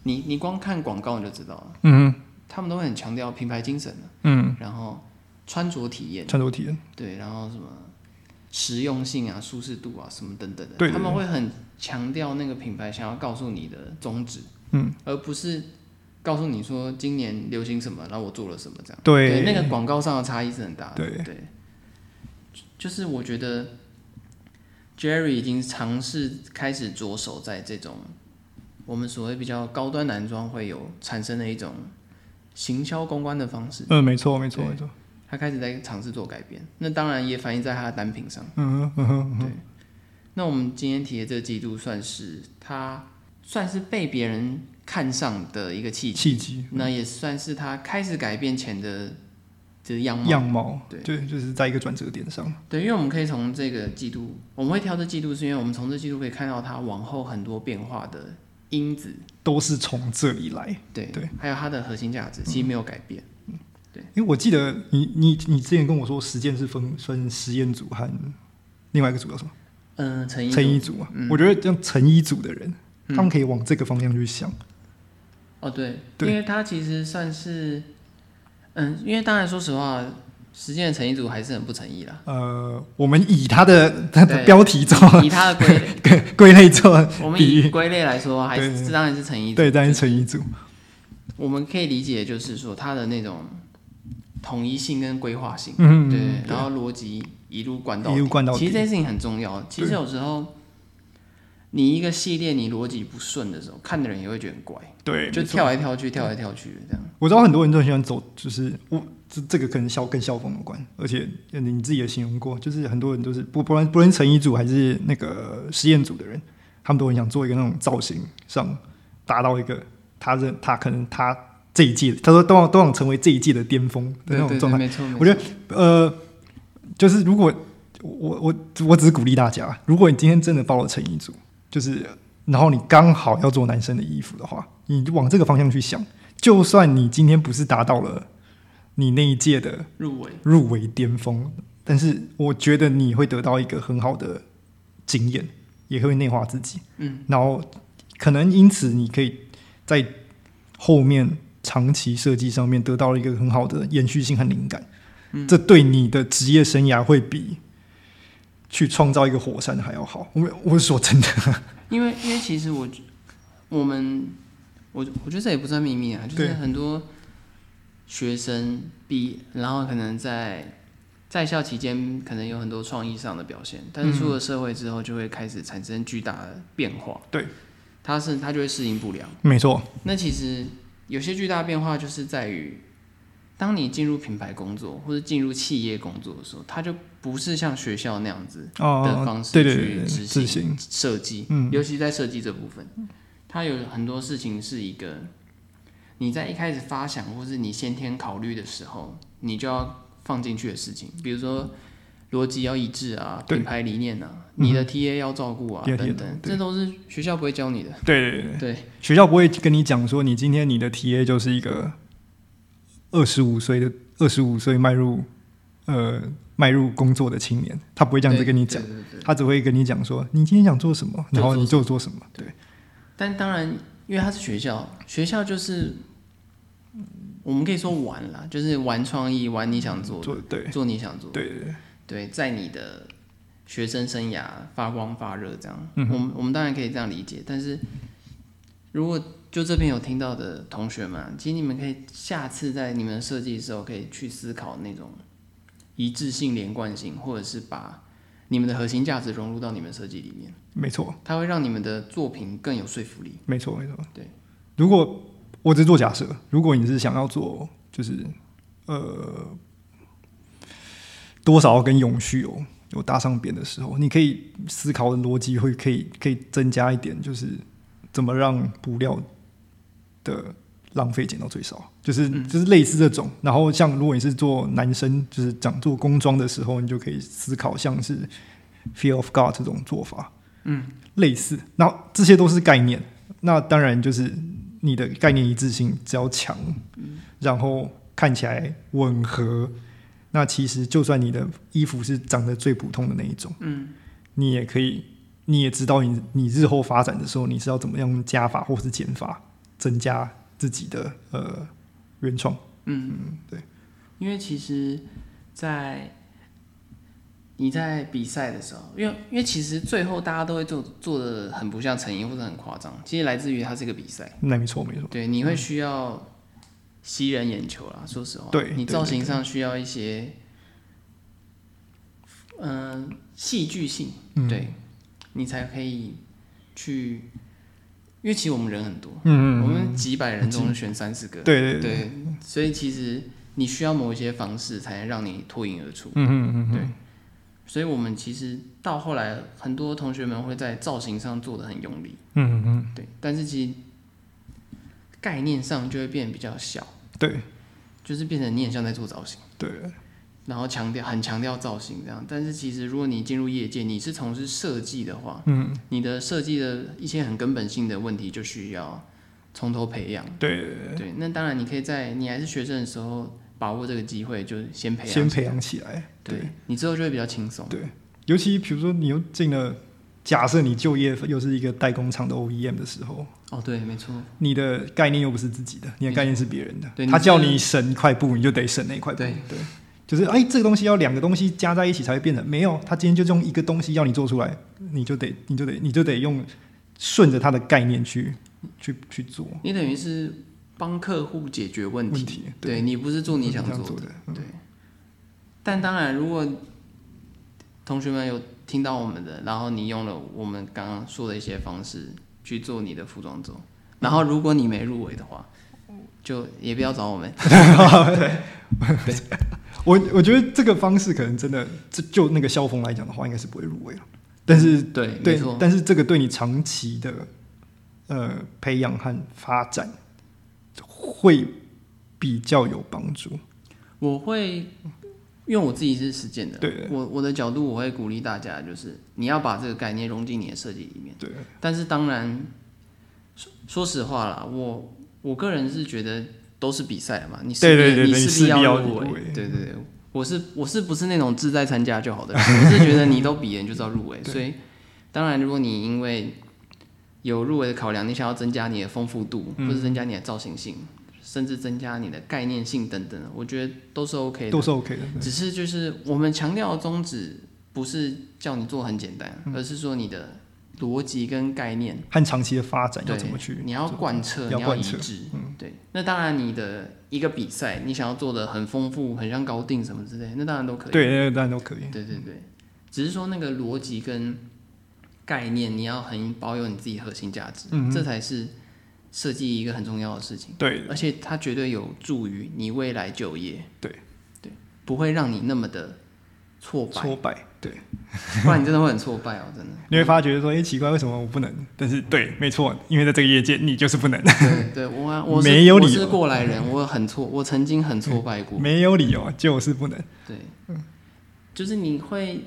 你你光看广告你就知道了，
嗯
他们都会很强调品牌精神的，
嗯，
然后穿着体验，
穿着体验。
对，然后什么实用性啊、舒适度啊什么等等的，
对对对
他们会很强调那个品牌想要告诉你的宗旨，
嗯，
而不是告诉你说今年流行什么，然后我做了什么这样。
对，
那个广告上的差异是很大的。
对
就就是我觉得 Jerry 已经尝试开始着手在这种我们所谓比较高端男装会有产生的一种行销公关的方式，
嗯，没错，没错，
对
没错，
他开始在尝试做改变。那当然也反映在他的单品上。
嗯哼嗯哼，嗯哼
那我们今天提的这个季度，算是他算是被别人看上的一个契机，
契机、
那也算是他开始改变前的的样貌。
样貌，
嗯对
对，就是在一个转折点上，
对，因为我们可以从这个季度，我们会挑这季度，是因为我们从这季度可以看到它往后很多变化的因子，
都是从这里来。
对
对，
还有它的核心价值其实没有改变，
因为我记得你你你之前跟我说，实践是分分实验组和另外一个组叫什么？
嗯、陈一
成
组
衣组啊。我觉得像成衣组的人，他们可以往这个方向去想。
哦对，
对
因为它其实算是，嗯，因为当然说实话，实践的诚意组还是很不诚意啦，
呃，我们以他的他的
对
标题做
以它的归 类，
归类做
我们
比
以
喻，
归类来说，还是这当然是诚意组，
对，但是成衣组，
我们可以理解，就是说它的那种统一性跟规划性，
嗯，
对，然后逻辑一路贯到底
一路贯到底
其实这件事情很重要。其实有时候你一个系列你逻辑不顺的时候，看的人也会觉得很怪，
对，
就
没错
跳来跳去，跳来跳去这样。
我知道很多人都很喜欢走，就是我这这个可能校跟校风有关，而且你自己也形容过，就是很多人都是不不论不论成衣组还是那个实验组的人，他们都很想做一个那种造型上达到一个他认他可能他这一届，他说都想都想成为这一届的巅峰的那种
对对
状态
对，。没错，没错
我觉得呃，就是如果我我我只是鼓励大家，啊如果你今天真的报了成衣组，就是然后你刚好要做男生的衣服的话，你往这个方向去想，就算你今天不是达到了你那一届的
入围
入围巅峰，但是我觉得你会得到一个很好的经验，也会内化自己。
嗯，
然后可能因此你可以在后面长期设计上面得到一个很好的延续性和灵感，
嗯
这对你的职业生涯会比去创造一个火山还要好。我我是说 真的，
因为因为其实我觉我们我我觉得这也不算秘密啊，就是
对
很多学生毕，然后可能在在校期间可能有很多创意上的表现，但是
嗯
出了社会之后就会开始产生巨大的变化。
对，
他是他就会适应不良。
没错，
那其实有些巨大的变化就是在于。当你进入品牌工作或者进入企业工作的时候，它就不是像学校那样子的
哦
方，式
对对
去
对，
执
自行，
设计，
嗯
尤其在设计这部分，它有很多事情是一个你在一开始发想或是你先天考虑的时候，你就要放进去的事情，比如说逻辑要一致啊，
对嗯
品牌理念啊，你的 TA 要照顾啊，
也也
等等，
对
这都是学校不会教你的。
对对对对。
对，
学校不会跟你讲说，你今天你的 TA 就是一个二十五岁的二十五岁迈入呃迈入工作的青年，他不会这样子
对
跟你讲，，
对对对
他只会跟你讲说，你今天想做什么，
就
然后
做
你就做什么。对，
但当然，因为它是学校，学校就是嗯我们可以说玩啦，就是玩创意，玩你想做的，
做对
做你想做的。
对对对
对，在你的学生生涯发光发热这样，
嗯
我们我们当然可以这样理解。但是如果就这边有听到的同学们啊，其实你们可以下次在你们的设计的时候，可以去思考那种一致性、连贯性，或者是把你们的核心价值融入到你们设计里面，
没错
它会让你们的作品更有说服力。
没错没错。
对，
如果我只是做假设，如果你是想要做就是呃多少跟永续有有搭上边的时候，你可以思考的逻辑会可以可以增加一点，就是怎么让布料的浪费减到最少，就是、就是类似这种。然后像如果你是做男生，就是讲做工装的时候，你就可以思考像是 Fear of God 这种做法，嗯，类似。然后这些都是概念，那当然就是你的概念一致性只要强，然后看起来吻合。那其实就算你的衣服是长得最普通的那一种，嗯，你也可以，你也知道你你日后发展的时候你是要怎么样加法或是减法，增加自己的呃原创。
因为其实，在你在比赛的时候，因为因为其实最后大家都会做做的很不像成因或者很夸张，其实来自于它是一个比赛，
那没错没错，
对，你会需要吸人眼球啦。说实话，
对
你
对
造型上需要一些，嗯、戏剧性，
嗯
对你才可以去，因为其实我们人很多，
嗯
我们几百人中选三十个，
对对对，
对，所以其实你需要某一些方式才能让你脱颖而出。
嗯嗯嗯，
对所以我们其实到后来，很多同学们会在造型上做的很用力，
嗯嗯嗯，
对，但是其实概念上就会变比较小，
对
就是变成你很像在做造型，
对
然后强调很强调造型这样。但是其实如果你进入业界，你是从事设计的话，
嗯，
你的设计的一些很根本性的问题就需要从头培养。
对，
对，那当然你可以在你还是学生的时候把握这个机会，就先培养
先
起来
培养起来，对
对你之后就会比较轻松。
对，尤其比如说你又进了，假设你就业又是一个代工厂的 OEM 的时候，
哦，对，没错，
你的概念又不是自己的，你的概念是别人的
对。
他
你是
叫你省一块布，你就得省那一块布。
对
就是哎，这个东西要两个东西加在一起才会变成没有。他今天就用一个东西要你做出来，你就得你就得你就得用顺着他的概念去去去做。
你等于是帮客户解决问题。
问题对
对你不是做你想
这样
做
做
的，
的，嗯
对。但当然，如果同学们有听到我们的，然后你用了我们刚刚说的一些方式去做你的服装周，然后如果你没入围的话，就也不要找我们。
我我觉得这个方式可能真的，就就那个校风来讲的话，应该是不会入围了。但是
对，没
对
错，，
但是这个对你长期的呃培养和发展会比较有帮助。
我会，因为我自己是实践的，
对
我我的角度我会鼓励大家，就是你要把这个概念融进你的设计里面。
对，
但是当然，说说实话啦，我我个人是觉得都是比赛嘛，你势必
对对对对
你
你
势
势
必
必
要
要
入
入
围
围，
对对对，我是我是不是那种志在参加就好的人， 我是觉得你都比人就是要入围，所以当然如果你因为有入围的考量，你想要增加你的丰富度，
嗯
或是增加你的造型性，甚至增加你的概念性等等，我觉得都是 OK 的，
都是 OK 的。对
只是就是我们强调的宗旨不是叫你做很简单，
嗯
而是说你的逻辑跟概念，
和长期的发展要
对
怎么去？
你要贯彻，
要
你要
贯
一
彻嗯
致。对，那当然你的一个比赛，你想要做的很丰富，很像高定什么之类，那当然都可以。
对，那个当然都可以。
对对对，只是说那个逻辑跟概念，你要很保有你自己核心价值，
嗯
这才是设计一个很重要的事情。
对
而且它绝对有助于你未来就业。
对
对，不会让你那么的挫败，
挫败，对，
不然你真的会很挫败哦，真的。
你会发觉说，哎、奇怪，为什么我不能？但是对，没错，因为在这个业界，你就是不 能，
对，对我啊我是
没有
我
理
是
由
过来人，我很挫，我曾经很挫败过。
没有理由，就是不能。
对，就是你会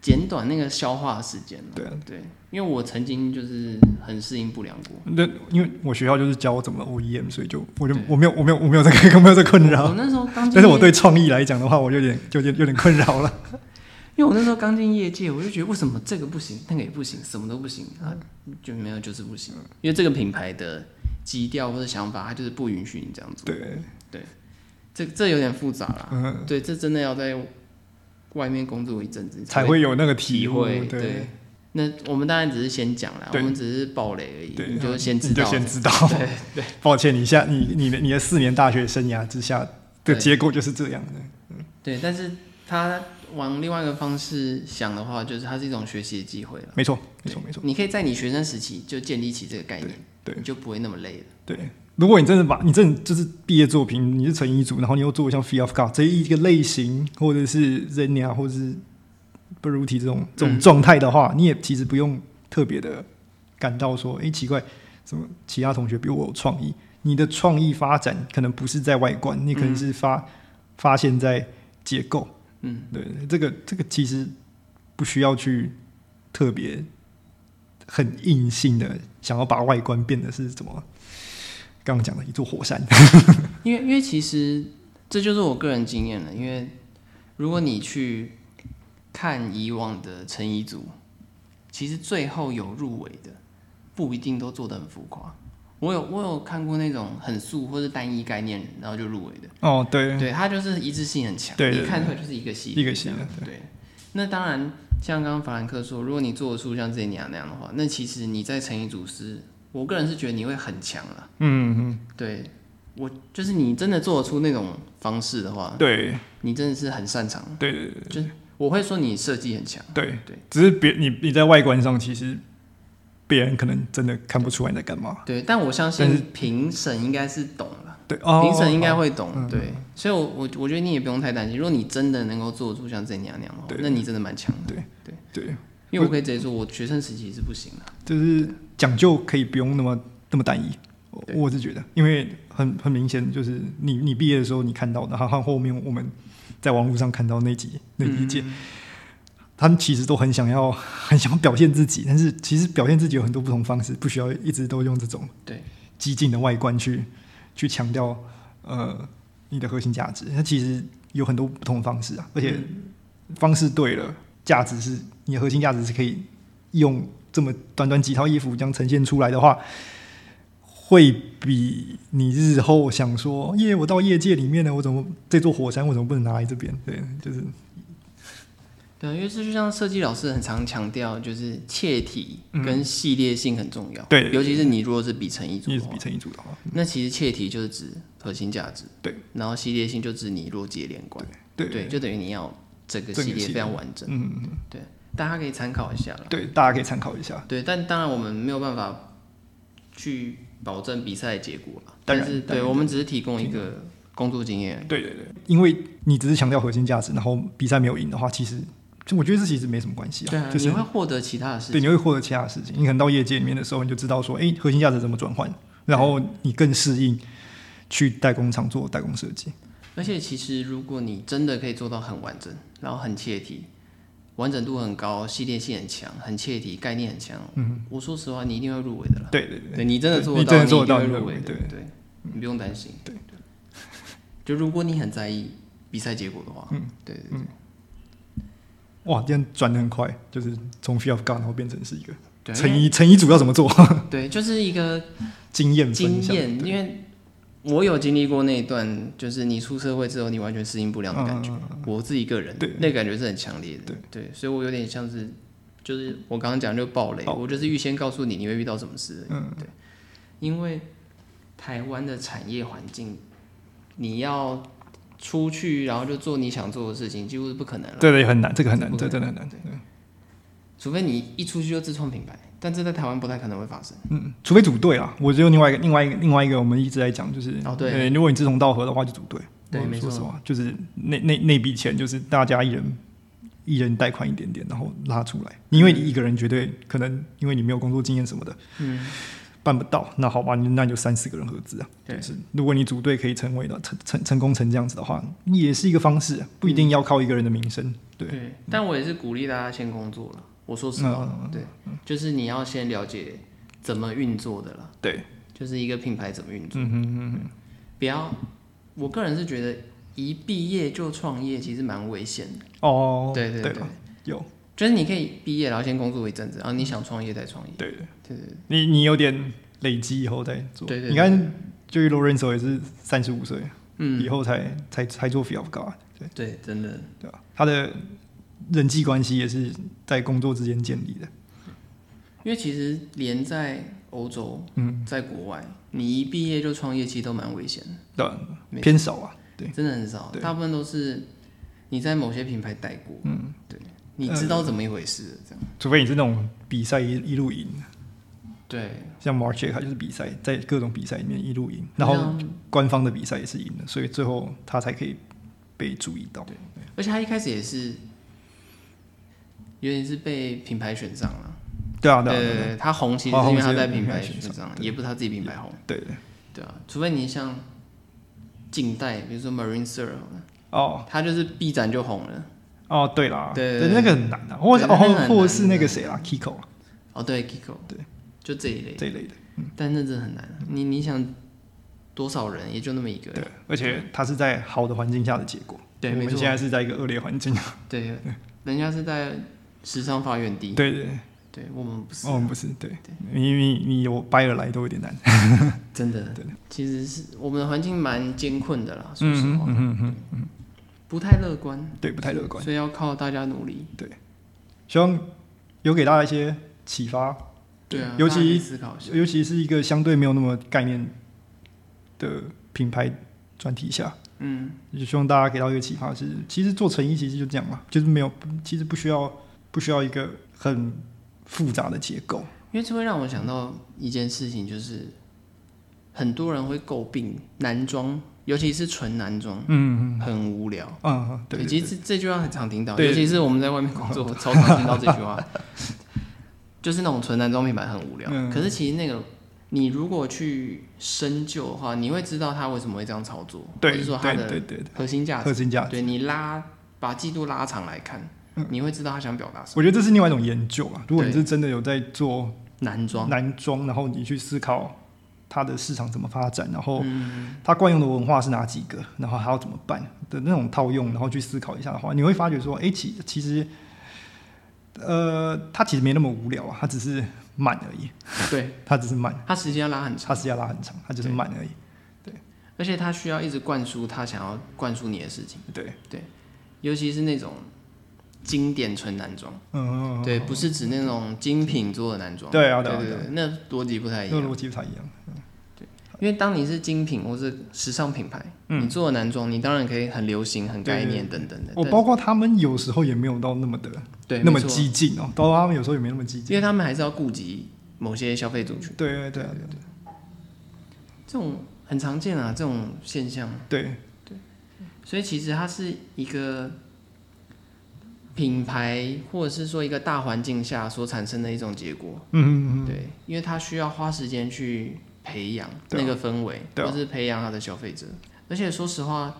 减短那个消化时间嘛。
对啊
对，因为我曾经就是很适应不良过。
那因为我学校就是教我怎么 OEM，所以就我就
对
我没有我没有我没有这个我没有这个困
我
扰
我。那时候刚进业，
但是我对创意来讲的话，我有点就有点有点困扰了。
因为我那时候刚进业界，我就觉得为什么这个不行，那个也不行，什么都不行啊，就没有就是不
嗯
行。因为这个品牌的基调或者想法，它就是不允许你这样做。
对，
这这有点复杂啦。
嗯，
对，这真的要在外面工作一阵子
才
会
会有那个
体
悟
会。
对，
对，那我们当然只是先讲啦，我
对
们只是爆雷而
对嗯
已，你就先
你
知道
就
这
先
样。
知道。
对对
抱歉，你下你你的你的四年大学生涯之下
对
的结果就是这样的。
对，但是他往另外一个方式想的话，就是它是一种学习的机会了。
没错，没错，没错。
你可以在你学生时期就建立起这个概念，
对对
你就不会那么累了。
对，如果你真的把你真的就是毕业作品，你是成一组，然后你又做像 Free of God 这一个类型，或者是 Zenia 或者是 b r u t i 这种这种状态的话，你也其实不用特别的感到说，哎、奇怪，什么其他同学比我有创意？你的创意发展可能不是在外观，你可能是发、发现在结构。
嗯，
对，这个这个其实不需要去特别很硬性的想要把外观变得是怎么刚刚讲的一座火山。
因为因为其实这就是我个人经验了。因为如果你去看以往的成衣组，其实最后有入围的，不一定都做的很浮夸。我有我有看过那种很素或是单一概念，然后就入围的，
哦，对，
对，它就是一致性很强，
对对
你
对
看出来就是一个系
一个系
系
列
对，那当然，像刚刚法兰克说，如果你做出像 Zenia 那样的话，那其实你在成衣组是，我个人是觉得你会很强啊了。
嗯
对我就是你真的做得出那种方式的话
嗯，，对
你真的是很擅长。
对对
我会说你设计很强，
对
对，
只是别你你在外观上其实别人可能真的看不出来你在干嘛。
对，但我相
但
信评审应该是懂了，
对，哦，
评审应该
哦
会懂，
嗯
对，所以我我我觉得你也不用太担心，如果你真的能够做出像 Zenia 那样的话
对，
那你真的蛮强的。
对，
因为我可以直接说，我学生时期是不行的。
就是讲究可以不用那么那么单一。我
对
我是觉得，因为很很明显，就是你你毕业的时候你看到的，然后后面我们在网络上看到那几那一届，他们其实都很想要很想要表现自己，但是其实表现自己有很多不同方式，不需要一直都用这种
对
激进的外观去去强调呃你的核心价值。它其实有很多不同的方式啊，而且方式对了，价值是你的核心价值是可以用这么短短几套衣服这样呈现出来的话，会比你日后想说耶，我到业界里面呢，我怎么这座火山我怎么不能拿来这边？对，就是
对啊，因为这就像设计老师很常强调，就是切题跟系列性很重要。
嗯对
尤其是你如果是比成一组
一
的
直
话
比，成一组的话，
那其实切题就是指核心价值，
对，
然后系列性就指你弱节连贯，
对
对，就等于你要整个
整个
系列
系
非
列
常完整，
嗯，
大家可以参考一下啦。
对，大家可以参考一下。
对，但当然我们没有办法去保证比赛的结果啦，
当
但
然
是
当
对
然
我们只是提供一个工作经验而已。
对对对，因为你只是强调核心价值，然后比赛没有赢的话，其实就我觉得这其实没什么关系
对啊，
就是
你会获得其他的事
对，
情。
你会获得其他的事情。你可能到业界里面的时候，你就知道说，哎，核心价值怎么转换，然后你更适应去代工厂做代工设计。
而且其实如果你真的可以做到很完整，然后很切题，完整度很高，系列性很强，很切题，概念很强，嗯，我说实话，你一定会入围的啦。
对对对
对你真的做
你
得
真的
到，
做得
你一
到你
定会
会
入围的，
入围
对，你不用担心。
对
对，就如果你很在意比赛结果的话，嗯， 对对对。
哇，今天转的很快，就是从 f e e of God 然后变成是一个
对
成衣成衣组要怎么做
对，就是一个
经验
经
分享，
验，因为我有经历过那一段，就是你出社会之后你完全适应不良的感觉。
嗯嗯
我自己个人，
对
那个感觉是很强烈的。对，所以我有点像是，就是我刚刚讲就暴雷，
暴
我就是预先告诉你你会遇到什么事。
嗯，
对，因为台湾的产业环境，你要出去然后就做你想做的事情，几乎是不可能了。
对对，很难，这个很难，
这
这
个
真的很难。对
除非你一出去就自创品牌，但这在台湾不太可能会发生。
嗯，除非组队啊，我就另外一个、另外一个、另外一个，我们一直在讲就是，
哦对
呃如果你志同道合的话，就组队。
对
我
没错
说实话，就是那那那笔钱，就是大家一人一人贷款一点点，然后拉出来，因为你一个人绝对可能，因为你没有工作经验什么的，
嗯，
办不到。那好吧，你那你就三四个人合资啊。
对
就是如果你组队可以成为了成成成功成这样子的话，也是一个方式，啊不
嗯
一定要靠一个人的名声。对，
对，但我也是鼓励大家先工作了。我说实话，
嗯，
对，就是你要先了解怎么运作的啦，
对，
就是一个品牌怎么运作。
嗯哼嗯哼，
不要，我个人是觉得一毕业就创业其实蛮危险的。
哦，
对对
对
对
了，有
就是你可以毕业然后先工作一阵子，然后你想创业再创业。
对。
对对对
你你有点累积以后再做。
对对对
你看 Joey Lorenzo 也是三十五岁，
嗯，
以后才才才做 f i a l g a 对
对，真的。
对吧？他的人际关系也是在工作之间建立的。
因为其实连在欧洲，
嗯，
在国外，你一毕业就创业，其实都蛮危险的，
对吧
没，错
偏少啊。
真的很少，
对
大部分都是你在某些品牌待过，嗯，对，你知道怎么一回事了，这样。
除非你是那种比赛一一路赢，
对，
像 Marchek 他就是比赛在各种比赛里面一路赢，然
好
后
像
官方的比赛也是赢的，所以最后他才可以被注意到。
而且他一开始也是有点是被品牌选上了。
对啊，对
对
啊，
对
对啊
对，他红其实
花
是
红
因为
是
他在
被
品
品
牌
牌选
选
上
上，也不是他自己品牌红。
对对。
对啊，除非你像近代，比如说 Marine Sir，好了
哦
他就是闭展就红了。
哦，对啦，
对
那个很难啊，或者
对
哦，
那个很
或者
难
是那个
对
谁啦，Kiko 啊
哦，对，Kiko，
对，
就这一类，
这一类的。
但那真的很难啊。你你想多少人，也就那么一个。
对，而且它是在好的环境下的结果。
对
我
没
们
错
现在是在一个恶劣环境。
对，人家是在时尚发源地，
对对，对
对我们不是
我，们不是对，你你你有掰而来都有点难。
真的
对，
其实是我们的环境蛮艰困的啦，说实
嗯
话，
嗯嗯嗯，
不太乐观。
对，不太乐观。
所以要靠大家努力。
希望有给大家一些启发，
对啊，
尤
大家可以
其
思考一下。
尤其是一个相对没有那么概念的品牌专题下，
嗯，
就希望大家给到一个启发是，其实做成衣其实就这样嘛，就是没有，其实不需要不需要一个很复杂的结构。
因为这会让我想到一件事情，就是很多人会诟病男装，尤其是纯男装，
嗯嗯
很无聊。
嗯嗯，对，
其实这这句话很常听到，
对
尤其是我们在外面工作，超常听到这 句话，就是那种纯男装品牌很无聊。
嗯
可是其实那个。你如果去深究的话，你会知道他为什么会这样操作，或
对
者
对
说他
对对
的
对，对
核心价值
核。心价值。嗯
对你拉把季度拉长来看，你会知道他想表达什么。
我觉得这是另外一种研究啊。如果你
对
是真的有在做
男装，
男装，然后你去思考它的市场怎么发展，然后
嗯，
它惯用的文化是哪几个，然后还要怎么办的那种套用，然后去思考一下的话，你会发觉说，哎、其其实，呃，它其实没那么无聊啊，它只是慢而已，
对，
它只是慢，
他时间要拉很长，
它是要拉很长，它就是慢而已。
而且他需要一直灌输他想要灌输你的事情，
对
尤其是那种经典纯男装，
嗯，嗯
对，不是指那种精品做的男装。
对啊对
对
啊
对
对啊
对，那逻辑不太一
那个
样。
逻辑不太一样。
因为当你是精品或是时尚品牌，
嗯
你做的男装，你当然可以很流行、很概念等等的。
我
但
哦包括他们有时候也没有到那么的
对
那么
没错
激进哦，包括他们有时候也没那么激进。
因为他们还是要顾及某些消费族群，
对对对啊对啊
这种很常见啊，这种现象。
对，
所以其实它是一个品牌，或者是说一个大环境下所产生的一种结果。
嗯嗯嗯
对，因为它需要花时间去培养
对啊
那个氛围，
对啊
或是培养它的消费者。而且说实话，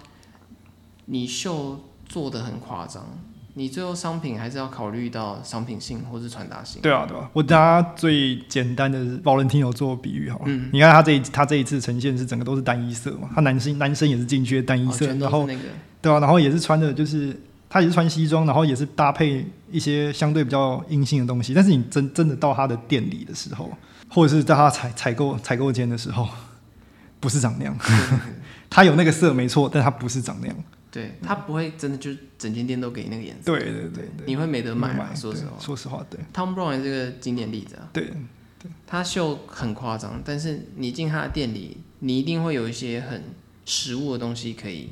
你秀做的很夸张，你最后商品还是要考虑到商品性或是传达性。
对啊对啊，我拿最简单的 Valentino 做比喻好了，
嗯
你看他这一他这一次呈现是整个都是单一色嘛，他男生男生也是进去的单一
哦
色，
全都
然
是
后
那个
对啊，然后也是穿的就是他也是穿西装，然后也是搭配一些相对比较阴性的东西，但是你真真的到他的店里的时候，或者是在他采采购采购间的时候，不是长那样， 他有那个色没错，但他不是长那样。
对，它不会真的就整间店都给那个颜色，
对对对对，
你会没得买啊、
买
说
对
实话
说实话，对
，Tom Brown 也是个经典例子啊，
对
他秀很夸张，但是你进他的店里，你一定会有一些很实物的东西可以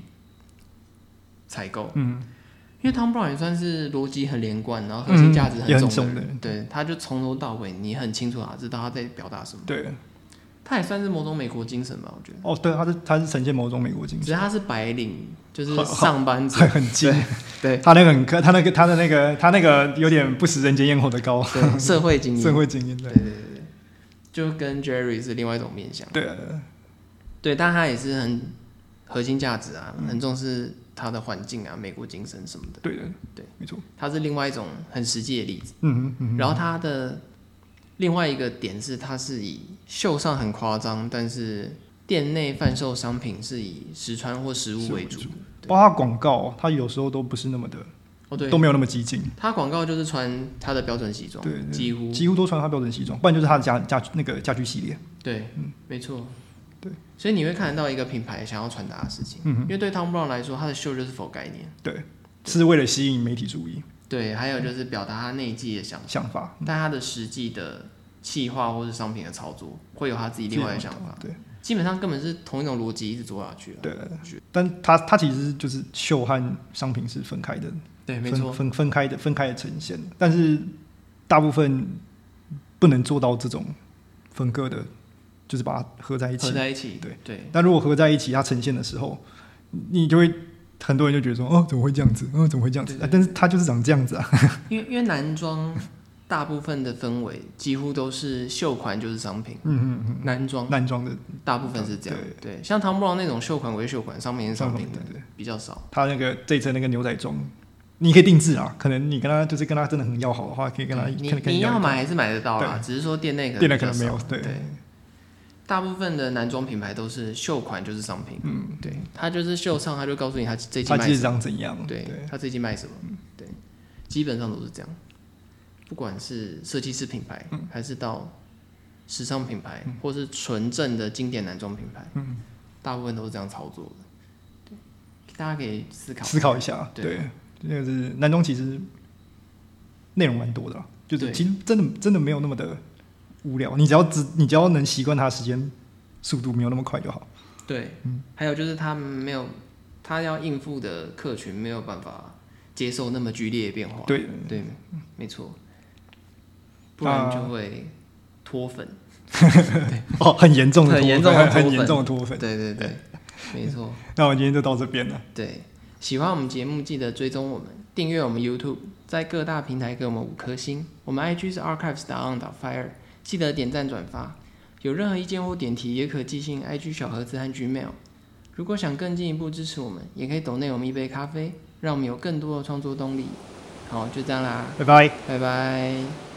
采购。嗯，因为 Tom Brown 也算是逻辑很连贯，然后核心价值
嗯也很
很重
重的
人对，他就从头到尾你很清楚他知道他在表达什么，
对，
他也算是某种美国精神吧，我觉得。
哦，对，他是他是呈现某种美国精
只
神，
是他是白领，就是
好好
上班 族，
很很近，
对
他那个很可，他那个他的那个他那个有点不食人间烟火的高，
对，社会精
社
英，
会精英对
就跟 Jerry 是另外一种面向。
对对
对，但他也是很核心价值
嗯
啊，很重视他的环境啊、美国精神什么的。
对对
对，
没错，
它是另外一种很实际的例子。
嗯嗯嗯，
然后它的另外一个点是，它是以秀上很夸张，但是店内贩售商品是以实穿或实物为主。
包括他广告，他有时候都不是那么的，
哦，对
都，没有那么激进，
它广告就是穿它的标准西装
对，对
几乎
几乎都穿他标准西装，不然就是他的家家那个家居系列，
对，没错。
嗯对，嗯
所以你会看得到一个品牌想要传达的事情，因为对 Tom Brown 来说，他的秀就是否概念，
对，是为了吸引媒体注意
对，还有就是表达他内季的想法，
想法，
但他的实际的企划或是商品的操作，会有他自己另外的想法。
嗯对
基本上根本是同一种逻辑一直做下去、啊。
对，对但他他其实就是秀和商品是分开的。
对，没
分
错，
分分开的分开的呈现，但是大部分不能做到这种分割的，就是把它合在一
合
起。
在一起。
对
对
但如果合在一起，它呈现的时候，你就会很多人就觉得说，哦，怎么会这样子？哦，怎么会这样子？
对对
啊、但是它就是长这样子啊。
因为因为男装大部分的氛围几乎都是秀款就是商品，
嗯嗯嗯，
男装
男装的
大部分是这样。对，像 Tom Brown 那种秀款归秀款，商品是商品的
对对，
比较少。
他那个这一层那个牛仔装，你可以定制啊。可能你跟他就是跟他真的很要好的话，可以跟他
你
可能可以
你要
一个
买还是买得到啦，只是说店内可能
店内
比较
可能没有
少
对
对。大部分的男装品牌都是秀款就是商品，嗯，对，他就是秀上，他就告诉你他这季
他
卖
其
什
实
么
长怎样？
对
嗯对，嗯
他最近卖什么，对，基本上都是这样。不管是设计师品牌，
嗯
还是到时尚品牌，或是纯正的经典男装品牌，
嗯
大部分都是这样操作的。对，大家可以思考。
思考一下。
对
对，那个是男装，其实内容蛮多的啦，就是
对
其实真的真的没有那么的无聊。你只要只你只要能习惯它的时间速度没有那么快就好。
对，
嗯
还有就是他没有，他要应付的客群没有办法接受那么剧烈的变化。
对，嗯
对，没错，不然就会脱粉。
哦，很严重的脱
很
粉，
严重的脱粉
很严重的脱粉。
对 对对，没错。
那我今天就到这边了，
对，喜欢我们节目记得追踪我们，订阅我们 YouTube，在各大平台给我们五颗星。我们 IG 是 archives 打 on 打 fire，记得点赞转发。有任何意见或点题，也可寄信 IG 小盒子和 Gmail。如果想更进一步支持我们，也可以抖内我们一杯咖啡，让我们有更多的创作动力。好，就这样啦，
拜拜。
拜拜。